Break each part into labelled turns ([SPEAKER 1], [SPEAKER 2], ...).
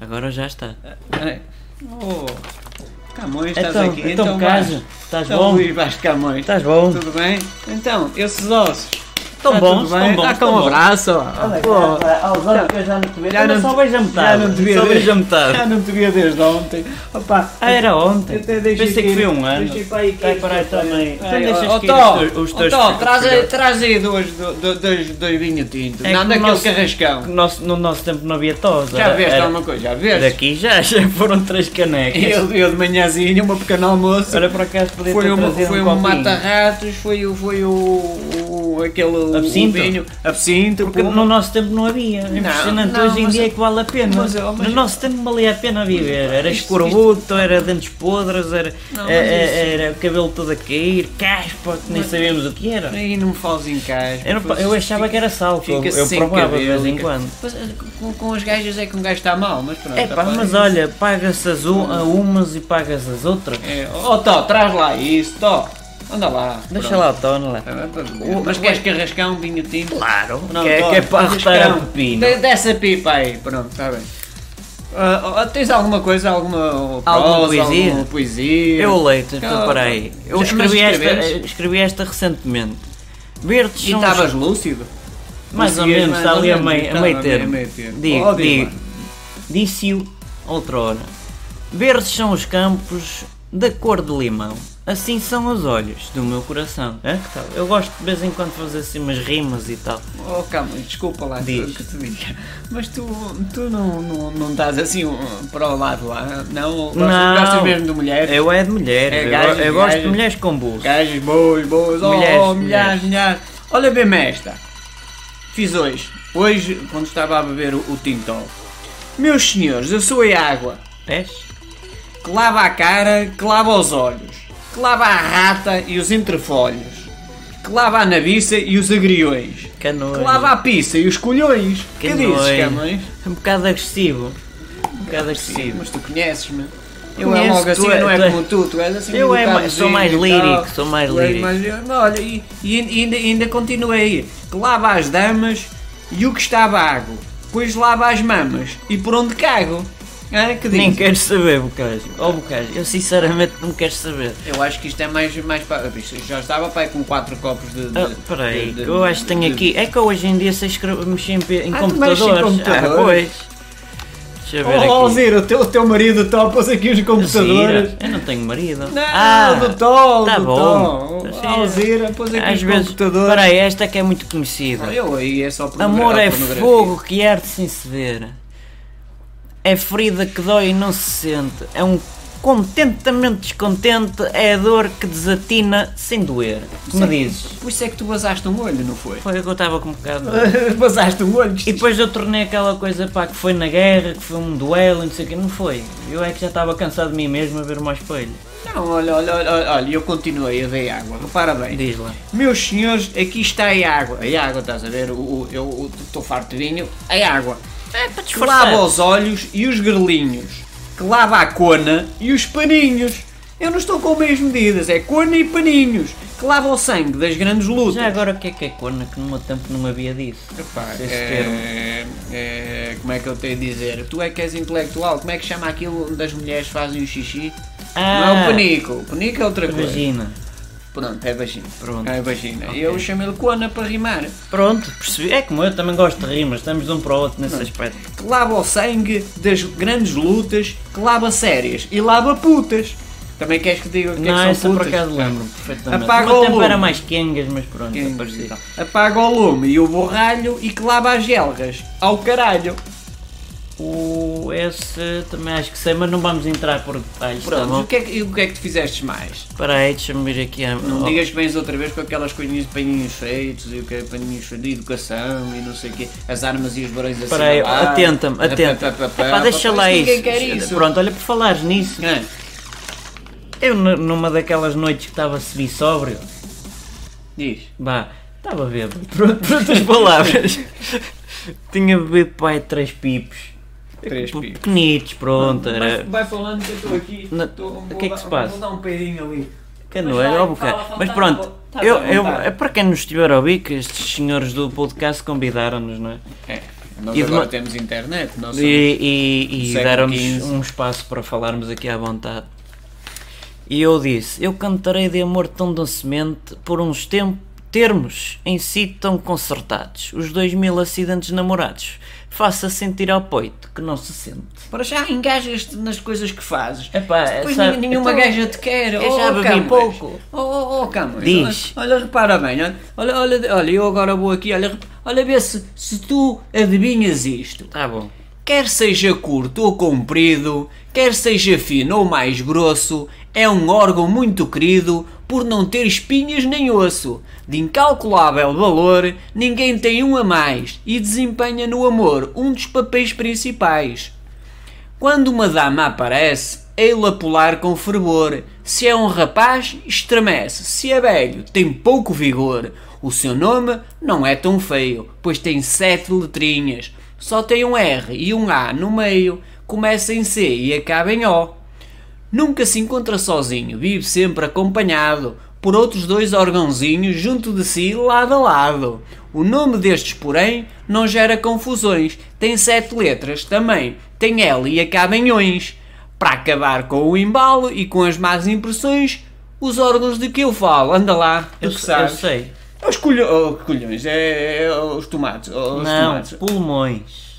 [SPEAKER 1] Agora já está.
[SPEAKER 2] Peraí. Ô, Camões, estás
[SPEAKER 1] Então,
[SPEAKER 2] aqui?
[SPEAKER 1] então
[SPEAKER 2] Vasco.
[SPEAKER 1] Cássio, estás
[SPEAKER 2] então,
[SPEAKER 1] bom? Tá-
[SPEAKER 2] Luís Vasco de Camões.
[SPEAKER 1] Estás bom?
[SPEAKER 2] Tudo bem? Então, esses ossos.
[SPEAKER 1] Estão
[SPEAKER 2] tá
[SPEAKER 1] bons,
[SPEAKER 2] tudo bem?
[SPEAKER 1] estão bons.
[SPEAKER 2] Dá cá um
[SPEAKER 1] estão bons.
[SPEAKER 2] abraço. ó. Pô,
[SPEAKER 1] Aos olhos ah, que eu já não te vejo.
[SPEAKER 2] Já não
[SPEAKER 1] Também Só
[SPEAKER 2] te-
[SPEAKER 1] vejo a
[SPEAKER 2] já
[SPEAKER 1] metade.
[SPEAKER 2] não te via
[SPEAKER 1] Só
[SPEAKER 2] desde-
[SPEAKER 1] vejo a metade.
[SPEAKER 2] Já não te via desde ontem. Opa,
[SPEAKER 1] Ah, era ontem.
[SPEAKER 2] eu até deixei
[SPEAKER 1] Pensei que
[SPEAKER 2] cair-
[SPEAKER 1] foi um ano.
[SPEAKER 2] Deixei para aí
[SPEAKER 1] Vai parar também.
[SPEAKER 2] Ó,
[SPEAKER 1] Então deixas
[SPEAKER 2] ó,
[SPEAKER 1] cair
[SPEAKER 2] Tó,
[SPEAKER 1] os teus- os
[SPEAKER 2] ó,
[SPEAKER 1] teus
[SPEAKER 2] Tó,
[SPEAKER 1] filhos,
[SPEAKER 2] traz aí,
[SPEAKER 1] filhotes.
[SPEAKER 2] traz aí dois, do- do- dois, dois vinho tinto.
[SPEAKER 1] É que
[SPEAKER 2] Nada
[SPEAKER 1] o
[SPEAKER 2] aquele
[SPEAKER 1] nosso-
[SPEAKER 2] carrascão.
[SPEAKER 1] No nosso, no nosso tempo não havia tosa.
[SPEAKER 2] Já veste
[SPEAKER 1] Era-
[SPEAKER 2] alguma coisa? Já veste?
[SPEAKER 1] Daqui já, já foram três canecas.
[SPEAKER 2] Eu, eu de manhãzinha, uma pequeno almoço.
[SPEAKER 1] Olha para cá, se podia
[SPEAKER 2] Foi,
[SPEAKER 1] ter
[SPEAKER 2] uma,
[SPEAKER 1] trazido
[SPEAKER 2] foi
[SPEAKER 1] um
[SPEAKER 2] um
[SPEAKER 1] copinho.
[SPEAKER 2] mata-ratos, foi, o- foi o, o- aquele o
[SPEAKER 1] Absinto?
[SPEAKER 2] vinho. Absinto,
[SPEAKER 1] Porque
[SPEAKER 2] puma.
[SPEAKER 1] no nosso tempo não havia. É Impressionante,
[SPEAKER 2] não,
[SPEAKER 1] hoje em
[SPEAKER 2] mas-
[SPEAKER 1] dia é que vale a pena.
[SPEAKER 2] mas- oh, mas-
[SPEAKER 1] no nosso tempo valia a pena viver. Era
[SPEAKER 2] Isto-
[SPEAKER 1] escorbuto, era dentes podres, era,
[SPEAKER 2] Não, mas
[SPEAKER 1] é- é-
[SPEAKER 2] isso-
[SPEAKER 1] era o cabelo todo a cair, caspa, que nem sabíamos o que era.
[SPEAKER 2] Aí não me fales em casa.
[SPEAKER 1] Eu, não-
[SPEAKER 2] pois
[SPEAKER 1] eu achava
[SPEAKER 2] fica-
[SPEAKER 1] que era salto, eu,
[SPEAKER 2] fica
[SPEAKER 1] eu
[SPEAKER 2] sem
[SPEAKER 1] provava de vez
[SPEAKER 2] cabelo,
[SPEAKER 1] em
[SPEAKER 2] fica-
[SPEAKER 1] quando.
[SPEAKER 2] Pois, eh, com, com os gajos é que um gajo está mal, mas pronto.
[SPEAKER 1] É pá,
[SPEAKER 2] opa,
[SPEAKER 1] mas
[SPEAKER 2] é-
[SPEAKER 1] olha, paga-se as um- a umas e paga-se as outras.
[SPEAKER 2] É, ó, Tó, traz lá isso, Tó. Anda lá.
[SPEAKER 1] Deixa
[SPEAKER 2] pronto.
[SPEAKER 1] lá o tono lá.
[SPEAKER 2] Ah, Mas queres carrascar um vinho tinto?
[SPEAKER 1] Claro,
[SPEAKER 2] Não,
[SPEAKER 1] que, é,
[SPEAKER 2] Tó,
[SPEAKER 1] que é para
[SPEAKER 2] carrascão.
[SPEAKER 1] arrotar a pepina.
[SPEAKER 2] De- Desce a pipa aí, pronto, está bem. Ah, ah, tens alguma coisa, alguma prosa,
[SPEAKER 1] poesia?
[SPEAKER 2] alguma poesia?
[SPEAKER 1] Eu leito,
[SPEAKER 2] Ah,
[SPEAKER 1] então peraí. Eu
[SPEAKER 2] mas
[SPEAKER 1] escrevi esta,
[SPEAKER 2] escreveste?
[SPEAKER 1] escrevi esta recentemente. Verdes
[SPEAKER 2] E
[SPEAKER 1] são os...
[SPEAKER 2] estavas lúcido?
[SPEAKER 1] Mais ou
[SPEAKER 2] Conseguias
[SPEAKER 1] menos,
[SPEAKER 2] mais
[SPEAKER 1] está
[SPEAKER 2] ou
[SPEAKER 1] ali a
[SPEAKER 2] menos,
[SPEAKER 1] meio,
[SPEAKER 2] tá,
[SPEAKER 1] a meio
[SPEAKER 2] a
[SPEAKER 1] termo.
[SPEAKER 2] meio termo. Oh, Ó,
[SPEAKER 1] Digo,
[SPEAKER 2] diz
[SPEAKER 1] digo. Disse-o outrora. Verdes são os campos da cor de limão. Assim são os olhos do meu coração. É que tal? Eu gosto de vez em quando fazer assim umas rimas e tal.
[SPEAKER 2] Oh, calma, desculpa lá
[SPEAKER 1] Diz.
[SPEAKER 2] tudo que te diga, mas tu, tu não, não, não estás assim um, para o lado lá, não? Gostas,
[SPEAKER 1] Não.
[SPEAKER 2] gostas mesmo de mulheres?
[SPEAKER 1] Eu é de mulher.
[SPEAKER 2] É
[SPEAKER 1] eu
[SPEAKER 2] gajo,
[SPEAKER 1] go- eu gosto de
[SPEAKER 2] gajo.
[SPEAKER 1] mulheres com bolso.
[SPEAKER 2] Gajas boas, boas,
[SPEAKER 1] Mulheres,
[SPEAKER 2] oh,
[SPEAKER 1] mulheres.
[SPEAKER 2] milhares, milhares. Olha bem esta, fiz hoje, hoje quando estava a beber o, o tintol. Meus senhores, eu sou a água,
[SPEAKER 1] Pés?
[SPEAKER 2] que lava a cara, que lava os olhos, que lava a rata e os entrefolhos, que lava a naviça e os agriões.
[SPEAKER 1] Canoas.
[SPEAKER 2] Que lava a pizza e os colhões. Que
[SPEAKER 1] Canoas.
[SPEAKER 2] dizes, Camões?
[SPEAKER 1] Um bocado agressivo. Um bocado
[SPEAKER 2] Sim,
[SPEAKER 1] agressivo.
[SPEAKER 2] mas tu conheces-me. Eu é
[SPEAKER 1] Conheço,
[SPEAKER 2] logo assim,
[SPEAKER 1] tu é-
[SPEAKER 2] não é,
[SPEAKER 1] tu é-
[SPEAKER 2] como tu, tu és assim.
[SPEAKER 1] Eu
[SPEAKER 2] um
[SPEAKER 1] é
[SPEAKER 2] bocado
[SPEAKER 1] mais- sou
[SPEAKER 2] giro
[SPEAKER 1] mais
[SPEAKER 2] e tal.
[SPEAKER 1] lírico, sou mais
[SPEAKER 2] Tu és
[SPEAKER 1] lírico.
[SPEAKER 2] mas olha, e, e ainda, ainda continuei. Que lava as damas e o que está vago, pois lava as mamas e por onde cago. Hã? que
[SPEAKER 1] Nem
[SPEAKER 2] dizes?
[SPEAKER 1] quero saber, Bocage. Oh, Bocage, eu sinceramente não quero saber.
[SPEAKER 2] Eu acho que isto é mais. mais pa- isto já estava pai com 4 copos de. de
[SPEAKER 1] Ah, Espera aí,
[SPEAKER 2] de- de-
[SPEAKER 1] eu acho que tenho
[SPEAKER 2] de-
[SPEAKER 1] aqui. É que eu hoje em dia sei escrever, mexer em, pe- em
[SPEAKER 2] Ah, tu
[SPEAKER 1] computadores.
[SPEAKER 2] mexes em
[SPEAKER 1] Ah,
[SPEAKER 2] computadores?
[SPEAKER 1] pois. Deixa eu ver aqui.
[SPEAKER 2] Oh, oh Zira, o teu, o teu marido topa-se aqui os computadores.
[SPEAKER 1] Zira, Eu não tenho marido.
[SPEAKER 2] Não,
[SPEAKER 1] ah,
[SPEAKER 2] do Tom,
[SPEAKER 1] tá
[SPEAKER 2] do
[SPEAKER 1] bom.
[SPEAKER 2] Tom.
[SPEAKER 1] Sim.
[SPEAKER 2] A Alzira, pôs aqui
[SPEAKER 1] Às
[SPEAKER 2] os
[SPEAKER 1] vezes.
[SPEAKER 2] computadores.
[SPEAKER 1] Espera aí, esta é que é muito conhecida.
[SPEAKER 2] Eu aí é só pornografia,
[SPEAKER 1] Amor é
[SPEAKER 2] pornografia.
[SPEAKER 1] fogo que arde sem se ver. É ferida que dói e não se sente. É um contentamento descontente. É a dor que desatina sem doer. Como dizes?
[SPEAKER 2] Por isso é que tu vazaste um olho, não foi?
[SPEAKER 1] Foi o que eu estava com um bocado.
[SPEAKER 2] vazaste um olho.
[SPEAKER 1] E depois eu tornei aquela coisa pá, que foi na guerra, que foi um duelo, e não sei o que, não foi. Eu é que já estava cansado de mim mesmo a ver-me ao espelho.
[SPEAKER 2] Não, olha, olha, olha, olha, olha, eu continuei a ver água, repara bem.
[SPEAKER 1] Diz lá.
[SPEAKER 2] Meus senhores, aqui está a água. A água, estás a ver? O- o- Eu o- estou farto de vinho. A água.
[SPEAKER 1] É para
[SPEAKER 2] Que lava os olhos e os grelinhos. Que lava a cona e os paninhos. Eu não estou com meias medidas, é cona e paninhos. Que lava o sangue das grandes lutas.
[SPEAKER 1] Já agora o que é que é corna? Que no meu tempo não havia disso.
[SPEAKER 2] Epá,
[SPEAKER 1] Esse termo.
[SPEAKER 2] é, é, como é que eu tenho a dizer? Tu é que és intelectual, como é que chama aquilo onde as mulheres fazem o xixi? não é
[SPEAKER 1] Ah.
[SPEAKER 2] o penico, o penico é outra coisa.
[SPEAKER 1] Vagina.
[SPEAKER 2] Pronto, é vagina.
[SPEAKER 1] Pronto.
[SPEAKER 2] É vagina.
[SPEAKER 1] Ok.
[SPEAKER 2] Eu chamo-lhe cona para rimar.
[SPEAKER 1] Pronto, percebi. É como eu também gosto de rimas, estamos de um para o outro nesse aspecto.
[SPEAKER 2] Que lava o sangue das grandes lutas, que lava sérias e lava putas. Também queres que diga o que é que
[SPEAKER 1] não,
[SPEAKER 2] são
[SPEAKER 1] essa por
[SPEAKER 2] putas?
[SPEAKER 1] acaso lembro-me perfeitamente.
[SPEAKER 2] Apaga
[SPEAKER 1] o
[SPEAKER 2] o
[SPEAKER 1] meu tempo
[SPEAKER 2] lume.
[SPEAKER 1] era mais quengas, mas pronto, é
[SPEAKER 2] Quem-
[SPEAKER 1] parecido.
[SPEAKER 2] Apaga o lume e o borralho e que lava as gelgas. Ao caralho.
[SPEAKER 1] Tá O esse também acho que sei, mas não vamos entrar por detalhes, tá
[SPEAKER 2] Pronto,
[SPEAKER 1] bom?
[SPEAKER 2] o que é que- e o que é que tu fizestes mais?
[SPEAKER 1] Espera aí, deixa-me vir aqui a...
[SPEAKER 2] Não digas que vens outra vez com aquelas coisinhas de paninhos feitos e o que é paninhos feitos de educação e não sei o quê, as armas e os barões assim.
[SPEAKER 1] Espera aí, atenta-me,
[SPEAKER 2] é,
[SPEAKER 1] atenta. Epá, deixa lá isso.
[SPEAKER 2] Ninguém quer isso.
[SPEAKER 1] Pronto, olha, por falares nisso,
[SPEAKER 2] É.
[SPEAKER 1] eu nu- numa daquelas noites que estava semi sóbrio,
[SPEAKER 2] Diz.
[SPEAKER 1] vá, estava bêbado, por, por outras palavras, tinha bebido pai três pipos.
[SPEAKER 2] Três
[SPEAKER 1] Pe-
[SPEAKER 2] pipos.
[SPEAKER 1] Pequenitos, pronto, era.
[SPEAKER 2] falando que eu estou aqui.
[SPEAKER 1] Na- tô- o que é que se passa?
[SPEAKER 2] Vou dar um peidinho ali.
[SPEAKER 1] Que não era, ó bocado.
[SPEAKER 2] fala, fala,
[SPEAKER 1] Mas
[SPEAKER 2] tá
[SPEAKER 1] pronto,
[SPEAKER 2] bom, tá
[SPEAKER 1] eu,
[SPEAKER 2] bom,
[SPEAKER 1] eu,
[SPEAKER 2] tá.
[SPEAKER 1] é para quem nos estiver a ouvir, que estes senhores do podcast convidaram-nos, não é?
[SPEAKER 2] É. Nós
[SPEAKER 1] E de
[SPEAKER 2] agora
[SPEAKER 1] ma-
[SPEAKER 2] temos internet, não somos-
[SPEAKER 1] E, e, e
[SPEAKER 2] Século
[SPEAKER 1] deram-nos
[SPEAKER 2] XV.
[SPEAKER 1] um espaço para falarmos aqui à vontade. E eu disse: Eu cantarei de amor tão docemente por uns tem- termos em si tão concertados. Os dois mil acidentes namorados. Faça sentir ao poito que não se sente.
[SPEAKER 2] Para já engajas-te nas coisas que fazes.
[SPEAKER 1] Epá,
[SPEAKER 2] Depois
[SPEAKER 1] sabe,
[SPEAKER 2] nin- nenhuma
[SPEAKER 1] então,
[SPEAKER 2] gaja te quer.
[SPEAKER 1] eu
[SPEAKER 2] oh,
[SPEAKER 1] já
[SPEAKER 2] oh,
[SPEAKER 1] bebi
[SPEAKER 2] Camões.
[SPEAKER 1] pouco.
[SPEAKER 2] Oh, oh, oh, Camões.
[SPEAKER 1] Diz.
[SPEAKER 2] Olha, olha, repara bem. Olha, olha, olha, olha, eu agora vou aqui. Olha, rep- olha vê se, se tu adivinhas isto.
[SPEAKER 1] Tá bom.
[SPEAKER 2] Quer seja curto ou comprido, quer seja fino ou mais grosso, é um órgão muito querido por não ter espinhas nem osso. De incalculável valor, ninguém tem um a mais e desempenha no amor um dos papéis principais. Quando uma dama aparece, ei-la pular com fervor. Se é um rapaz, estremece. Se é velho, tem pouco vigor. O seu nome não é tão feio, pois tem sete letrinhas. Só tem um R e um A no meio. Começa em C e acaba em O. Nunca se encontra sozinho, vive sempre acompanhado por outros dois órgãozinhos junto de si, lado a lado. O nome destes, porém, não gera confusões. Tem sete letras também, tem L e acaba em ões. Para acabar com o embalo e com as más impressões, os órgãos de que eu falo, anda lá, tu
[SPEAKER 1] Eu,
[SPEAKER 2] que
[SPEAKER 1] se- eu
[SPEAKER 2] sabes.
[SPEAKER 1] sei.
[SPEAKER 2] É os colho- oh, colhões, é, é os tomates. oh, os
[SPEAKER 1] Não,
[SPEAKER 2] tomates.
[SPEAKER 1] pulmões.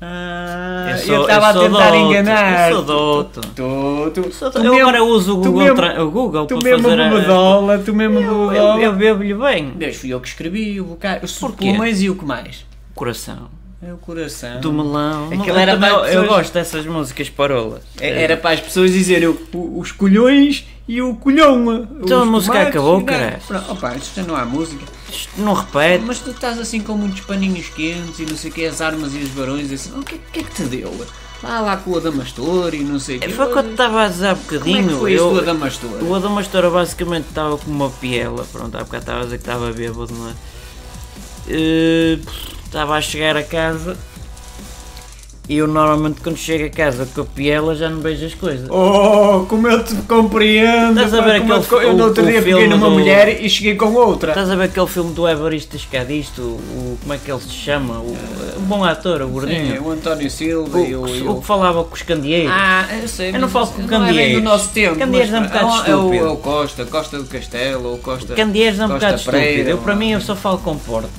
[SPEAKER 2] Ah,
[SPEAKER 1] Eu sou-
[SPEAKER 2] eu estava a
[SPEAKER 1] eu sou
[SPEAKER 2] tentar
[SPEAKER 1] douto,
[SPEAKER 2] enganar.
[SPEAKER 1] eu sou douto.
[SPEAKER 2] Tu, tu, tu,
[SPEAKER 1] Só-
[SPEAKER 2] tu
[SPEAKER 1] eu
[SPEAKER 2] mesmo-
[SPEAKER 1] agora uso o
[SPEAKER 2] tu
[SPEAKER 1] Google,
[SPEAKER 2] mesmo-
[SPEAKER 1] tra- o Google
[SPEAKER 2] Tu
[SPEAKER 1] para
[SPEAKER 2] mesmo
[SPEAKER 1] fazer a-
[SPEAKER 2] bebedola, tu mesmo
[SPEAKER 1] Eu, eu, eu
[SPEAKER 2] bebedola.
[SPEAKER 1] bebo-lhe bem.
[SPEAKER 2] Deus, fui eu que escrevi o bocado. Os
[SPEAKER 1] Porquê?
[SPEAKER 2] pulmões e o que mais?
[SPEAKER 1] Coração.
[SPEAKER 2] É o coração.
[SPEAKER 1] Do melão.
[SPEAKER 2] Aquilo era
[SPEAKER 1] eu,
[SPEAKER 2] para
[SPEAKER 1] eu,
[SPEAKER 2] as
[SPEAKER 1] eu
[SPEAKER 2] pessoas-
[SPEAKER 1] gosto dessas músicas parolas.
[SPEAKER 2] É- Era para as pessoas dizerem o- o- os colhões e o colhão.
[SPEAKER 1] Então a
[SPEAKER 2] os
[SPEAKER 1] música
[SPEAKER 2] tomates
[SPEAKER 1] acabou,
[SPEAKER 2] e nada.
[SPEAKER 1] caralho. É-
[SPEAKER 2] Pronto, Opa, isto já não há música.
[SPEAKER 1] Isto não repete.
[SPEAKER 2] Mas tu estás assim com muitos paninhos quentes e não sei o que, as armas e os barões. Assim, o que, o que é que te deu? Vá lá com o Adamastor e não sei o é que.
[SPEAKER 1] É, Foi quando estava a dizer há bocadinho.
[SPEAKER 2] Como é que foi
[SPEAKER 1] eu,
[SPEAKER 2] isto do Adamastor?
[SPEAKER 1] O Adamastor basicamente estava com uma piela. Pronto, há bocado estava a dizer que estava bêbado, não é? Eh, Estava a chegar a casa. E eu normalmente quando chego a casa com a piela já não vejo as coisas.
[SPEAKER 2] Oh, como eu te compreendo!
[SPEAKER 1] Estás a
[SPEAKER 2] pá,
[SPEAKER 1] ver
[SPEAKER 2] como eu,
[SPEAKER 1] aquele
[SPEAKER 2] te co- eu no
[SPEAKER 1] o-
[SPEAKER 2] outro
[SPEAKER 1] o
[SPEAKER 2] dia peguei
[SPEAKER 1] filme
[SPEAKER 2] numa
[SPEAKER 1] do-
[SPEAKER 2] mulher e cheguei com outra.
[SPEAKER 1] Estás a ver aquele filme do Evaristo Escadista? O, o- como é que ele se chama? O, o bom ator, o gordinho.
[SPEAKER 2] Sim, é o António Silva
[SPEAKER 1] O,
[SPEAKER 2] e o.
[SPEAKER 1] que-
[SPEAKER 2] e
[SPEAKER 1] o que falava com os candeeiros.
[SPEAKER 2] Ah, eu sei.
[SPEAKER 1] Eu não
[SPEAKER 2] mas
[SPEAKER 1] falo com
[SPEAKER 2] não é bem do
[SPEAKER 1] candeeiros.
[SPEAKER 2] nosso tempo.
[SPEAKER 1] Candeeiros
[SPEAKER 2] mas
[SPEAKER 1] é um bocado
[SPEAKER 2] é o-
[SPEAKER 1] estúpido.
[SPEAKER 2] É o Costa, Costa do Castelo, ou Costa.
[SPEAKER 1] Candeeiros é um
[SPEAKER 2] Costa
[SPEAKER 1] bocado estúpido.
[SPEAKER 2] Pereira,
[SPEAKER 1] Eu, para
[SPEAKER 2] ou-
[SPEAKER 1] mim eu só falo com portas.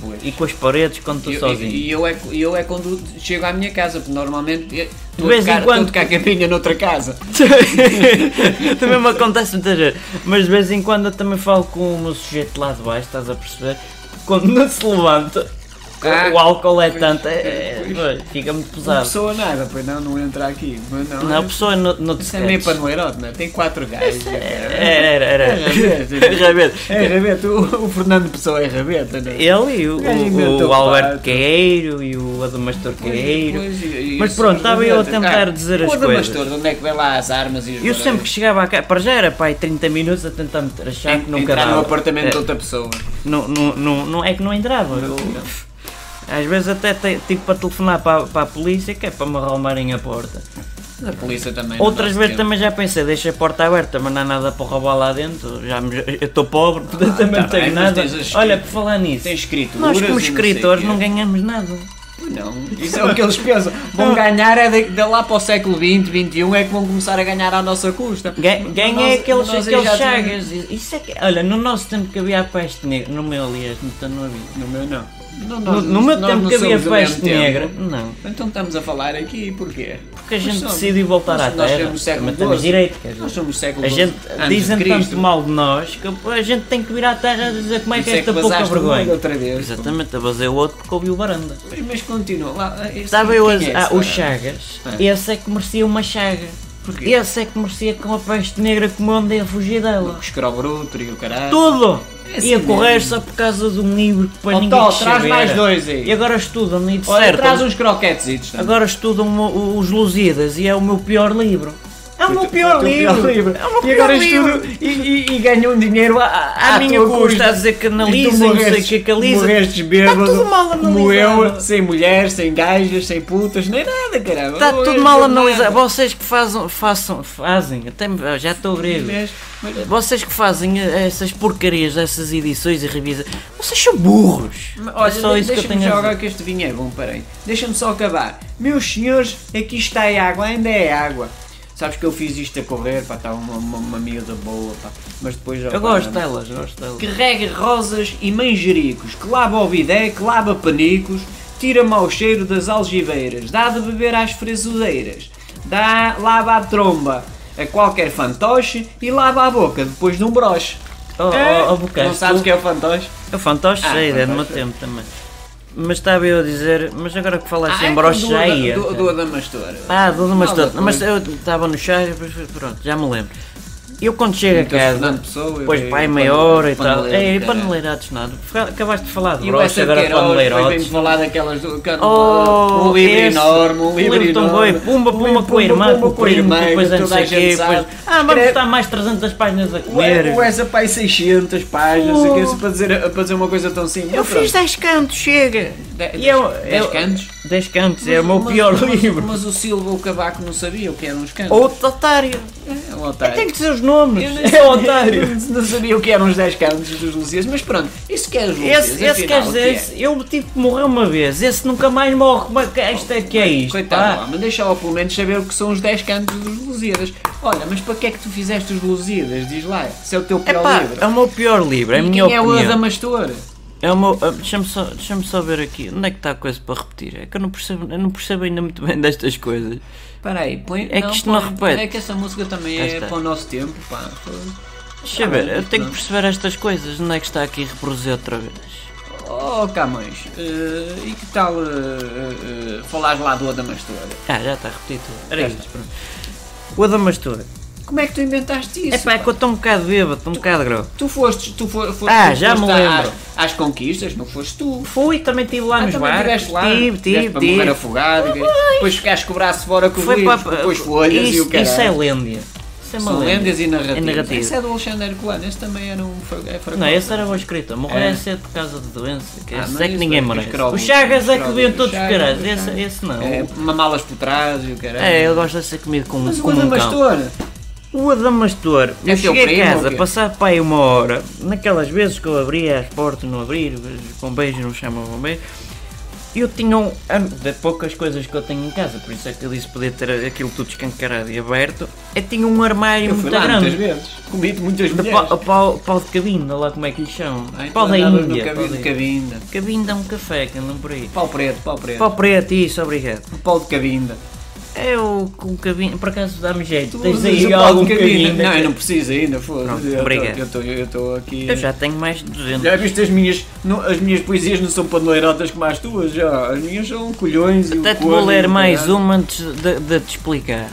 [SPEAKER 2] Pois.
[SPEAKER 1] E com as paredes quando
[SPEAKER 2] E
[SPEAKER 1] estou
[SPEAKER 2] eu,
[SPEAKER 1] sozinho.
[SPEAKER 2] e- e eu, é, e eu é quando chego à minha casa, porque normalmente é- eu- estou a
[SPEAKER 1] vez em
[SPEAKER 2] tocar- estou a
[SPEAKER 1] quando-
[SPEAKER 2] tocar caminha noutra casa.
[SPEAKER 1] também me acontece muitas vezes. Mas de vez em quando eu também falo com o meu sujeito lá de baixo, estás a perceber? Quando não se levanta,
[SPEAKER 2] Ah,
[SPEAKER 1] o álcool é tanto, é-
[SPEAKER 2] pois.
[SPEAKER 1] é- fica muito
[SPEAKER 2] Uma
[SPEAKER 1] pesado.
[SPEAKER 2] pessoa nada, pois não, não entra aqui. Mas não,
[SPEAKER 1] Não, a pessoa no, no
[SPEAKER 2] Isso é meio panoeirote, não é? Tem quatro gajos.
[SPEAKER 1] Era, era,
[SPEAKER 2] É,
[SPEAKER 1] era. Realmente.
[SPEAKER 2] É rabeta, o, o Fernando Pessoa é rabeta, não é?
[SPEAKER 1] Ele e o,
[SPEAKER 2] O gajo inventou
[SPEAKER 1] o, o Alberto
[SPEAKER 2] pato.
[SPEAKER 1] Queiro e o Adamastor Queiro.
[SPEAKER 2] Pois, e- e
[SPEAKER 1] é Mas
[SPEAKER 2] isso, Ah,
[SPEAKER 1] pronto, estava eu a
[SPEAKER 2] rabeta.
[SPEAKER 1] tentar dizer as
[SPEAKER 2] o Adamastor,
[SPEAKER 1] coisas.
[SPEAKER 2] de onde é que vem lá as armas e os
[SPEAKER 1] Eu
[SPEAKER 2] barões?
[SPEAKER 1] sempre que chegava cá, para já era pai 30 minutos a tentar me achar que nunca
[SPEAKER 2] Entrar no
[SPEAKER 1] dava.
[SPEAKER 2] apartamento
[SPEAKER 1] É,
[SPEAKER 2] de outra pessoa.
[SPEAKER 1] não, não, não, não é que não entrava. Eu- às vezes até te- tive para telefonar para, a- para a polícia que é para me arrumarem a porta.
[SPEAKER 2] A polícia também.
[SPEAKER 1] Outras
[SPEAKER 2] não dá
[SPEAKER 1] vezes
[SPEAKER 2] tempo.
[SPEAKER 1] também já pensei, deixa a porta aberta, mas não há nada para roubar lá dentro. Já me- eu estou pobre, portanto também
[SPEAKER 2] tá
[SPEAKER 1] não tenho
[SPEAKER 2] bem, mas
[SPEAKER 1] nada.
[SPEAKER 2] tens as-
[SPEAKER 1] Olha, por falar nisso,
[SPEAKER 2] Tem escrituras
[SPEAKER 1] nós
[SPEAKER 2] e
[SPEAKER 1] como
[SPEAKER 2] não sei
[SPEAKER 1] escritores
[SPEAKER 2] quê.
[SPEAKER 1] não ganhamos nada.
[SPEAKER 2] Não, isso é o que eles pensam. Vão ganhar é de, de lá para o século XX, XXI é que vão começar a ganhar à nossa custa.
[SPEAKER 1] Ga- Ganhei
[SPEAKER 2] Nós-
[SPEAKER 1] aqueles,
[SPEAKER 2] nós aí
[SPEAKER 1] aqueles
[SPEAKER 2] já tínhamos-
[SPEAKER 1] chagas. Isso é que, olha, no nosso tempo que havia a peste negra, no meu aliás, no teu não havia.
[SPEAKER 2] No meu não.
[SPEAKER 1] No,
[SPEAKER 2] No, nós-
[SPEAKER 1] no meu
[SPEAKER 2] nós
[SPEAKER 1] tempo
[SPEAKER 2] não
[SPEAKER 1] que havia
[SPEAKER 2] somos do mesmo
[SPEAKER 1] peste
[SPEAKER 2] tempo.
[SPEAKER 1] negra, não.
[SPEAKER 2] Então estamos a falar aqui, porquê?
[SPEAKER 1] Porque a gente decidiu voltar
[SPEAKER 2] nós,
[SPEAKER 1] à
[SPEAKER 2] nós
[SPEAKER 1] Terra.
[SPEAKER 2] Temos século
[SPEAKER 1] Também temos
[SPEAKER 2] XII.
[SPEAKER 1] direito, quer dizer.
[SPEAKER 2] Nós somos século
[SPEAKER 1] A gente
[SPEAKER 2] XII antes
[SPEAKER 1] dizem
[SPEAKER 2] de Cristo.
[SPEAKER 1] tanto mal de nós que a gente tem que vir à terra dizer como é que
[SPEAKER 2] Isso
[SPEAKER 1] é esta pouca
[SPEAKER 2] vazaste o mundo
[SPEAKER 1] vergonha.
[SPEAKER 2] Outra vez.
[SPEAKER 1] Exatamente, eu basei o outro porque ouvi o baranda.
[SPEAKER 2] Mas, mas continua. Lá, esse-
[SPEAKER 1] Estava eu a
[SPEAKER 2] quem é
[SPEAKER 1] ah,
[SPEAKER 2] esse
[SPEAKER 1] os
[SPEAKER 2] cara?
[SPEAKER 1] Chagas.
[SPEAKER 2] É.
[SPEAKER 1] Esse é que merecia uma chaga.
[SPEAKER 2] Porquê?
[SPEAKER 1] Esse é que merecia com a peste negra como eu andei a fugir dela.
[SPEAKER 2] O escrobruto Um e o caralho.
[SPEAKER 1] Tudo!
[SPEAKER 2] É assim
[SPEAKER 1] Ia correr
[SPEAKER 2] mesmo.
[SPEAKER 1] só por causa de um livro que para
[SPEAKER 2] Ó,
[SPEAKER 1] ninguém
[SPEAKER 2] Tó,
[SPEAKER 1] se
[SPEAKER 2] traz
[SPEAKER 1] chaveira.
[SPEAKER 2] mais dois aí.
[SPEAKER 1] E agora estudam e
[SPEAKER 2] Olha,
[SPEAKER 1] dissertam.
[SPEAKER 2] traz uns croquetes.
[SPEAKER 1] um, Agora estudam o- o- os Lusíadas e é o meu pior livro. É o meu pior livro. É o meu
[SPEAKER 2] e
[SPEAKER 1] pior
[SPEAKER 2] agora
[SPEAKER 1] livro.
[SPEAKER 2] estudo e, e, e ganham dinheiro à, à,
[SPEAKER 1] À minha
[SPEAKER 2] tua
[SPEAKER 1] custa, a dizer que analisa,
[SPEAKER 2] E tu
[SPEAKER 1] não sei
[SPEAKER 2] morrestes-
[SPEAKER 1] o que, que alisa. Tá
[SPEAKER 2] Morrestes bêbado.
[SPEAKER 1] tudo mal
[SPEAKER 2] Como
[SPEAKER 1] analisado.
[SPEAKER 2] eu, sem mulheres, sem gajas, sem putas, nem nada, caramba.
[SPEAKER 1] Está
[SPEAKER 2] Não
[SPEAKER 1] Tá tudo
[SPEAKER 2] morres
[SPEAKER 1] mal
[SPEAKER 2] por nada.
[SPEAKER 1] analisado. Vocês que fazem, façam, fazem, até me- já estou grego.
[SPEAKER 2] Mas- mas-
[SPEAKER 1] Vocês que fazem essas porcarias dessas edições e revisas, vocês são burros.
[SPEAKER 2] Olha,
[SPEAKER 1] é só isso que eu
[SPEAKER 2] deixa-me
[SPEAKER 1] tenho a
[SPEAKER 2] jogar
[SPEAKER 1] dizer.
[SPEAKER 2] que este vinho é bom, parei. Deixa-me só acabar. Meus senhores, aqui está a água, ainda é água. Sabes que eu fiz isto a correr, pá, estava uma, uma, uma miúda boa, pá. Mas depois... ó,
[SPEAKER 1] Eu
[SPEAKER 2] pá,
[SPEAKER 1] gosto delas, gosto delas.
[SPEAKER 2] Carrega rosas e manjericos, que lava o bidé, que lava panicos, tira mau cheiro das algibeiras, dá de beber às fresudeiras, dá, lava a tromba a qualquer fantoche e lava a boca depois de um broche.
[SPEAKER 1] Oh, oh,
[SPEAKER 2] É?
[SPEAKER 1] oh, Bocage,
[SPEAKER 2] não sabes
[SPEAKER 1] tu-
[SPEAKER 2] o que é o fantoche?
[SPEAKER 1] O fantoche
[SPEAKER 2] Ah,
[SPEAKER 1] sei, é do meu
[SPEAKER 2] fantoche.
[SPEAKER 1] tempo também. Mas estava eu a dizer, mas agora que
[SPEAKER 2] Ah,
[SPEAKER 1] falaste
[SPEAKER 2] é
[SPEAKER 1] em broche
[SPEAKER 2] do,
[SPEAKER 1] já
[SPEAKER 2] Ada-
[SPEAKER 1] ia.
[SPEAKER 2] Do, do Adamastor.
[SPEAKER 1] Assim, Ah, do mas,
[SPEAKER 2] Nada,
[SPEAKER 1] todo, mas eu estava no chá e depois pronto, já me lembro. Eu quando chego
[SPEAKER 2] Então,
[SPEAKER 1] a é casa,
[SPEAKER 2] Fernando Pessoa, eu
[SPEAKER 1] depois
[SPEAKER 2] vi
[SPEAKER 1] pai
[SPEAKER 2] o
[SPEAKER 1] meia
[SPEAKER 2] panele-
[SPEAKER 1] hora é e tal.
[SPEAKER 2] paneleiro,
[SPEAKER 1] É,
[SPEAKER 2] caralho.
[SPEAKER 1] paneleirados nada. Acabaste de falar de
[SPEAKER 2] E o
[SPEAKER 1] broche,
[SPEAKER 2] Essa
[SPEAKER 1] agora
[SPEAKER 2] Queiroz foi bem
[SPEAKER 1] paneleirotes.
[SPEAKER 2] falar daquelas do canto
[SPEAKER 1] Oh,
[SPEAKER 2] um livro
[SPEAKER 1] esse-
[SPEAKER 2] enorme, um livro
[SPEAKER 1] livro tão
[SPEAKER 2] enorme.
[SPEAKER 1] bom, pumba,
[SPEAKER 2] um
[SPEAKER 1] pumba,
[SPEAKER 2] livro,
[SPEAKER 1] com a irmã,
[SPEAKER 2] pumba
[SPEAKER 1] com o primo,
[SPEAKER 2] irmã,
[SPEAKER 1] depois
[SPEAKER 2] que
[SPEAKER 1] a não
[SPEAKER 2] toda
[SPEAKER 1] sei
[SPEAKER 2] a gente
[SPEAKER 1] quê, depois,
[SPEAKER 2] sabe.
[SPEAKER 1] ah, vamos
[SPEAKER 2] Escreve-
[SPEAKER 1] estar mais 300 páginas a comer.
[SPEAKER 2] Ué, O essa pai 600 páginas,
[SPEAKER 1] Oh.
[SPEAKER 2] oh. aquilo para dizer, para dizer uma coisa tão simples.
[SPEAKER 1] eu fiz 10 cantos, chega.
[SPEAKER 2] De-
[SPEAKER 1] E eu-
[SPEAKER 2] dez-
[SPEAKER 1] eu-
[SPEAKER 2] dez cantos?
[SPEAKER 1] 10 cantos, é o meu pior livro.
[SPEAKER 2] Mas o Silva o Cavaco não sabia o que eram os cantos. né?
[SPEAKER 1] Outro otário.
[SPEAKER 2] É um
[SPEAKER 1] Eu
[SPEAKER 2] otário.
[SPEAKER 1] tenho que dizer os nomes.
[SPEAKER 2] Eu nem
[SPEAKER 1] É
[SPEAKER 2] sabia-
[SPEAKER 1] otário.
[SPEAKER 2] Não sabia o que eram os 10 cantos dos Lucias, mas pronto, isso que é os Lucias.
[SPEAKER 1] Esse, esse
[SPEAKER 2] afinal,
[SPEAKER 1] quer
[SPEAKER 2] o que
[SPEAKER 1] dizer,
[SPEAKER 2] é?
[SPEAKER 1] esse, eu tive que morrer uma vez, esse nunca mais morre. Mas que- isto é que é isto.
[SPEAKER 2] Coitado,
[SPEAKER 1] pá.
[SPEAKER 2] mas deixa-o pelo menos saber o que são os 10 cantos dos Lusíadas. Olha, mas para que é que tu fizeste os Lusíadas? Diz lá, se é o teu
[SPEAKER 1] É
[SPEAKER 2] pior
[SPEAKER 1] pá,
[SPEAKER 2] livro.
[SPEAKER 1] é o meu pior livro, é a
[SPEAKER 2] E
[SPEAKER 1] minha
[SPEAKER 2] quem é o
[SPEAKER 1] opinião.
[SPEAKER 2] Adamastor?
[SPEAKER 1] É o meu. ah, Deixa-me só, deixa só ver aqui. Onde é que está a coisa para repetir? É que eu não percebo, eu não percebo ainda muito bem destas coisas.
[SPEAKER 2] Espera aí, põe...
[SPEAKER 1] É que isto não
[SPEAKER 2] põe-
[SPEAKER 1] repete.
[SPEAKER 2] É que essa música também
[SPEAKER 1] Aí
[SPEAKER 2] é
[SPEAKER 1] está.
[SPEAKER 2] para o nosso tempo, pá.
[SPEAKER 1] Deixa eu ver, eu tenho que perceber estas coisas. Onde é que está aqui a reproduzir outra vez?
[SPEAKER 2] Oh, Camões, eh, e que tal eh, eh, eh, falares lá do Adamastor?
[SPEAKER 1] Ah, já está a repetir tudo.
[SPEAKER 2] Já
[SPEAKER 1] Era isto, pronto. O Adamastor.
[SPEAKER 2] Como é que tu inventaste isso?
[SPEAKER 1] É pá, é que eu estou um bocado bêbado, estou um bocado grosso.
[SPEAKER 2] Tu foste, tu fo- foste,
[SPEAKER 1] Ah,
[SPEAKER 2] tu
[SPEAKER 1] já
[SPEAKER 2] foste
[SPEAKER 1] me
[SPEAKER 2] a-
[SPEAKER 1] lembro.
[SPEAKER 2] Às, às conquistas, não foste tu.
[SPEAKER 1] Fui, também estive lá
[SPEAKER 2] Ah,
[SPEAKER 1] nos
[SPEAKER 2] também
[SPEAKER 1] bares.
[SPEAKER 2] estiveste lá,
[SPEAKER 1] Tive,
[SPEAKER 2] estiveste
[SPEAKER 1] tive,
[SPEAKER 2] para morrer
[SPEAKER 1] tive.
[SPEAKER 2] afogado, que- depois ficaste com o braço fora com os
[SPEAKER 1] Foi
[SPEAKER 2] livros,
[SPEAKER 1] para.
[SPEAKER 2] depois folhas
[SPEAKER 1] isso,
[SPEAKER 2] e o caralho.
[SPEAKER 1] Isso é lêndia. Isso é uma
[SPEAKER 2] São
[SPEAKER 1] lenda.
[SPEAKER 2] lendas e narrativas.
[SPEAKER 1] É narrativa.
[SPEAKER 2] Esse é do Alexandre Herculano, esse também era um fra- é fracote.
[SPEAKER 1] Não, esse era boa escrita. Morrer
[SPEAKER 2] É.
[SPEAKER 1] é cedo por causa de doença. Que
[SPEAKER 2] Ah,
[SPEAKER 1] esse
[SPEAKER 2] mas
[SPEAKER 1] é que
[SPEAKER 2] isso
[SPEAKER 1] ninguém
[SPEAKER 2] é que
[SPEAKER 1] merece.
[SPEAKER 2] escrovo,
[SPEAKER 1] O Chagas é que
[SPEAKER 2] escrovo,
[SPEAKER 1] vem todos os
[SPEAKER 2] Chagas,
[SPEAKER 1] caralhos. Esse,
[SPEAKER 2] Chagas.
[SPEAKER 1] esse não.
[SPEAKER 2] É, mamalas por trás e o caralho.
[SPEAKER 1] É, eu gosto de ser comido com
[SPEAKER 2] Mas o
[SPEAKER 1] como um cão.
[SPEAKER 2] Adamastor,
[SPEAKER 1] O Adamastor.
[SPEAKER 2] É
[SPEAKER 1] eu
[SPEAKER 2] teu
[SPEAKER 1] cheguei
[SPEAKER 2] primo
[SPEAKER 1] a
[SPEAKER 2] ou
[SPEAKER 1] casa,
[SPEAKER 2] quê?
[SPEAKER 1] passava para aí uma hora, naquelas vezes que eu abria as portas, não abrir, os bombeiros não chamam bombeiros. Eu tinha um. a- De poucas coisas que eu tenho em casa, por isso é que eu disse poder ter aquilo tudo escancarado e aberto. Eu tinha um armário
[SPEAKER 2] eu fui
[SPEAKER 1] muito
[SPEAKER 2] lá muitas
[SPEAKER 1] grande.
[SPEAKER 2] vezes, comi-te muitas
[SPEAKER 1] De
[SPEAKER 2] mulheres.
[SPEAKER 1] pau, pau, pau de cabinho, olha lá como é que lhe chamam.
[SPEAKER 2] Ai, tu
[SPEAKER 1] pau da
[SPEAKER 2] andavas no
[SPEAKER 1] Índia. pau
[SPEAKER 2] cabinho
[SPEAKER 1] da
[SPEAKER 2] de
[SPEAKER 1] Índia.
[SPEAKER 2] cabinda.
[SPEAKER 1] Cabinda é um café, que andam por aí.
[SPEAKER 2] Pau preto, pau preto.
[SPEAKER 1] Pau preto, isso, obrigado. É
[SPEAKER 2] Pau de cabinda.
[SPEAKER 1] Eu com cabinho, por acaso dá-me jeito,
[SPEAKER 2] Tu
[SPEAKER 1] tens
[SPEAKER 2] usas o
[SPEAKER 1] aí
[SPEAKER 2] pau de
[SPEAKER 1] algum
[SPEAKER 2] cabinda.
[SPEAKER 1] cabinho.
[SPEAKER 2] um Não, eu não preciso ainda,
[SPEAKER 1] Pronto,
[SPEAKER 2] foda-se. Eu tô-
[SPEAKER 1] obrigado.
[SPEAKER 2] eu tô- Eu estou aqui.
[SPEAKER 1] Eu já tenho mais de 200.
[SPEAKER 2] Já é viste as minhas, não- as minhas poesias não são paneleirotas como as tuas, já. As minhas são colhões e o
[SPEAKER 1] Até te
[SPEAKER 2] corno
[SPEAKER 1] vou
[SPEAKER 2] e o
[SPEAKER 1] ler mais
[SPEAKER 2] um caralho.
[SPEAKER 1] uma antes de, de te explicar.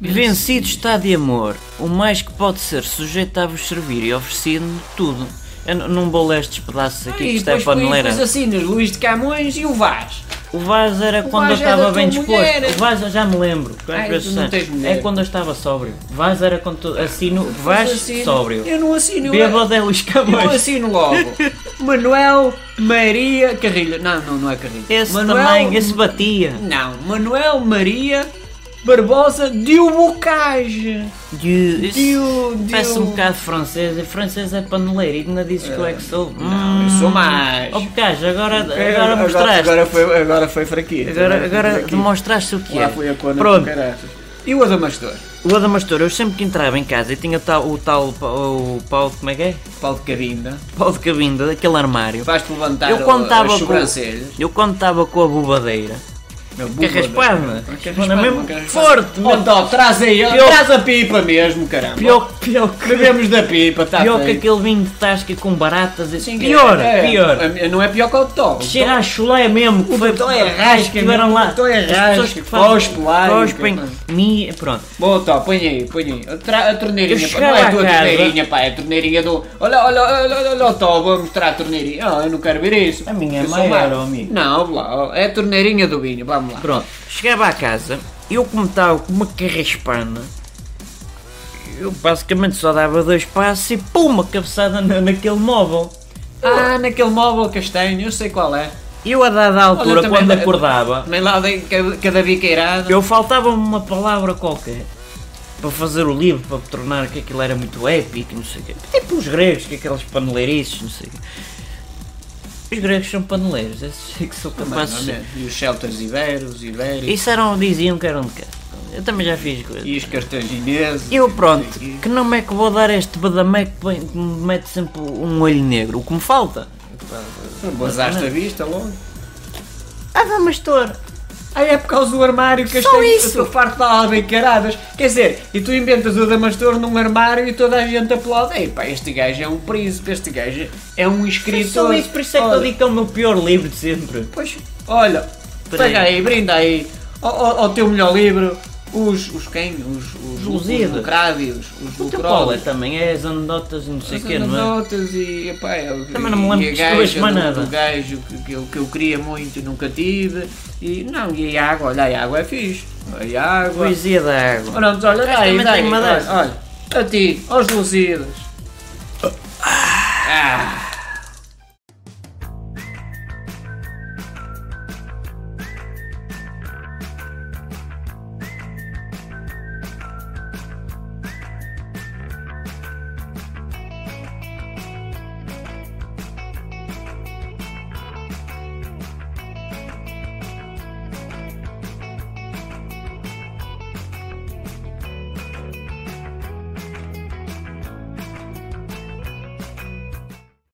[SPEAKER 1] Vencido está de amor, o mais que pode ser sujeito a vos servir e oferecido-me tudo. Eu n- não vou ler estes pedaços aqui que
[SPEAKER 2] E
[SPEAKER 1] isto é
[SPEAKER 2] depois,
[SPEAKER 1] para não
[SPEAKER 2] põe-
[SPEAKER 1] ler.
[SPEAKER 2] depois assinas Luís de Camões e o Vaz.
[SPEAKER 1] O Vaz era quando eu
[SPEAKER 2] Vaz era
[SPEAKER 1] estava
[SPEAKER 2] é tua
[SPEAKER 1] bem disposto.
[SPEAKER 2] mulher.
[SPEAKER 1] O Vaz eu já me lembro. é quantas
[SPEAKER 2] Ai,
[SPEAKER 1] vezes
[SPEAKER 2] tu não
[SPEAKER 1] sei.
[SPEAKER 2] tens mulher.
[SPEAKER 1] é quando eu estava sóbrio. Vaz era quando tu- assino Vaz
[SPEAKER 2] Depois assino-
[SPEAKER 1] sóbrio.
[SPEAKER 2] Eu não assino. assim, eu-
[SPEAKER 1] Bêbado é Luís
[SPEAKER 2] Eu,
[SPEAKER 1] Camões.
[SPEAKER 2] assino logo. Manuel Maria Carrilho. Não, não, não é Carrilho.
[SPEAKER 1] Esse
[SPEAKER 2] Manuel,
[SPEAKER 1] também, esse batia.
[SPEAKER 2] Não, Manuel Maria Barbosa de Bocage.
[SPEAKER 1] Dieu, isso
[SPEAKER 2] Dieu, Dieu.
[SPEAKER 1] Parece um bocado francês. E francês é paneleiro. E ainda dizes que eu é que sou. Não,
[SPEAKER 2] eu sou mais.
[SPEAKER 1] Oh, bocage, agora,
[SPEAKER 2] É,
[SPEAKER 1] agora mostraste. Agora,
[SPEAKER 2] Agora foi, agora foi fraquinho.
[SPEAKER 1] agora,
[SPEAKER 2] Fraquinho.
[SPEAKER 1] demonstraste o que
[SPEAKER 2] Lá
[SPEAKER 1] é.
[SPEAKER 2] foi a cona do
[SPEAKER 1] Pronto,
[SPEAKER 2] caraças. E o Adamastor?
[SPEAKER 1] o Adamastor, eu sempre que entrava em casa e tinha tal, o tal. pa- O pau de. Como é que é?
[SPEAKER 2] Pau de cabinda.
[SPEAKER 1] Pau de cabinda, daquele armário.
[SPEAKER 2] Vais-te levantar
[SPEAKER 1] Eu quando
[SPEAKER 2] a-
[SPEAKER 1] estava
[SPEAKER 2] as
[SPEAKER 1] com,
[SPEAKER 2] sobrancelhas.
[SPEAKER 1] eu quando estava com a bobadeira,
[SPEAKER 2] Meu,
[SPEAKER 1] que
[SPEAKER 2] bunda.
[SPEAKER 1] raspava,
[SPEAKER 2] Que
[SPEAKER 1] raspava
[SPEAKER 2] raspava,
[SPEAKER 1] mesmo
[SPEAKER 2] que raspava.
[SPEAKER 1] forte,
[SPEAKER 2] Oh,
[SPEAKER 1] mesmo
[SPEAKER 2] Tó, traz aí, ó,
[SPEAKER 1] Pior-
[SPEAKER 2] traz a pipa mesmo, caramba.
[SPEAKER 1] pior, pior, que-
[SPEAKER 2] Bebemos da pipa, tá
[SPEAKER 1] pior que
[SPEAKER 2] feito.
[SPEAKER 1] aquele vinho de tasca com baratas, e-
[SPEAKER 2] Sim,
[SPEAKER 1] pior,
[SPEAKER 2] é, é,
[SPEAKER 1] pior.
[SPEAKER 2] é, Não é pior que o Tó.
[SPEAKER 1] Cheira a chulé mesmo, que foi
[SPEAKER 2] botão é rasca,
[SPEAKER 1] estiveram
[SPEAKER 2] meu,
[SPEAKER 1] lá.
[SPEAKER 2] o botão é
[SPEAKER 1] As
[SPEAKER 2] rasca,
[SPEAKER 1] pessoas que fazem-
[SPEAKER 2] cospe lá e é
[SPEAKER 1] Cospem,
[SPEAKER 2] tudo
[SPEAKER 1] mi, é pronto.
[SPEAKER 2] Bom, Tó, tá, põe aí, põe aí. A, tra- a
[SPEAKER 1] Eu
[SPEAKER 2] torneirinha, pá,
[SPEAKER 1] chegava
[SPEAKER 2] não é
[SPEAKER 1] à
[SPEAKER 2] a tua
[SPEAKER 1] casa-
[SPEAKER 2] torneirinha, pá, é a torneirinha do. Olha, olha, olha, olha, olha, o Tó, vou mostrar a torneirinha. Ah, eu não quero ver isso.
[SPEAKER 1] A minha
[SPEAKER 2] Eu sou
[SPEAKER 1] maior,
[SPEAKER 2] magro.
[SPEAKER 1] amigo.
[SPEAKER 2] Não, vá lá, ó, é a torneirinha do vinho, vamos lá.
[SPEAKER 1] Pronto, chegava à casa eu como estava com uma carraspana, eu basicamente só dava dois passos e pum, uma cabeçada na- naquele móvel.
[SPEAKER 2] Ah, naquele móvel castanho, eu sei qual é.
[SPEAKER 1] Eu a dada
[SPEAKER 2] Olha, eu
[SPEAKER 1] altura,
[SPEAKER 2] também é
[SPEAKER 1] quando
[SPEAKER 2] da-
[SPEAKER 1] acordava,
[SPEAKER 2] Também lá dei cada, cada biqueirada.
[SPEAKER 1] eu faltava uma palavra qualquer para fazer o livro, para tornar que aquilo era muito épico, não sei o quê. Tipo os gregos, que aquelas paneleirices, não sei o quê. Os gregos são paneleiros, esses é que são
[SPEAKER 2] Também,
[SPEAKER 1] capazes de
[SPEAKER 2] não
[SPEAKER 1] ser.
[SPEAKER 2] é? E os shelters iberos, ibéricos.
[SPEAKER 1] Isso eram, diziam que eram de cá. Eu também já fiz coisas.
[SPEAKER 2] E os cartagineses.
[SPEAKER 1] Eu pronto, que nome é que vou dar a este badameco que vem- que me mete sempre um olho negro? O que me falta?
[SPEAKER 2] Basaste a vista logo.
[SPEAKER 1] Ah, vamos touro.
[SPEAKER 2] Ah, é por causa do armário que
[SPEAKER 1] Só
[SPEAKER 2] eu
[SPEAKER 1] isso.
[SPEAKER 2] estou farto de dar biqueiradas. Quer dizer, e tu inventas o Damastor num armário e toda a gente aplaude. Ei pá, este gajo é um príncipe, este gajo é um
[SPEAKER 1] Foi
[SPEAKER 2] escritor.
[SPEAKER 1] só isso, por isso é que eu
[SPEAKER 2] Olha,
[SPEAKER 1] digo que é o meu pior livro de sempre.
[SPEAKER 2] Pois, olha,
[SPEAKER 1] Peraí.
[SPEAKER 2] pega aí, brinda aí ao, ao- ao teu melhor livro. Os, os quem? Os, os,
[SPEAKER 1] Lusíadas.
[SPEAKER 2] lucrádios, os
[SPEAKER 1] O teu Paulo é
[SPEAKER 2] lucródios.
[SPEAKER 1] também, é as anedotas e não sei o quê, não é?
[SPEAKER 2] notas e, epá, eu,
[SPEAKER 1] Também não me lembro
[SPEAKER 2] e a
[SPEAKER 1] de escrever
[SPEAKER 2] gaja
[SPEAKER 1] mais
[SPEAKER 2] do-
[SPEAKER 1] nada.
[SPEAKER 2] do gajo que, que eu, que eu queria muito e nunca tive. E, não, e a água, olha, a água é fixe. A água.
[SPEAKER 1] Poesia da água.
[SPEAKER 2] Pronto, olha, dá aí,
[SPEAKER 1] também
[SPEAKER 2] dá
[SPEAKER 1] tem
[SPEAKER 2] aí,
[SPEAKER 1] uma
[SPEAKER 2] olha,
[SPEAKER 1] dessas.
[SPEAKER 2] olha, a ti, aos Lusíadas.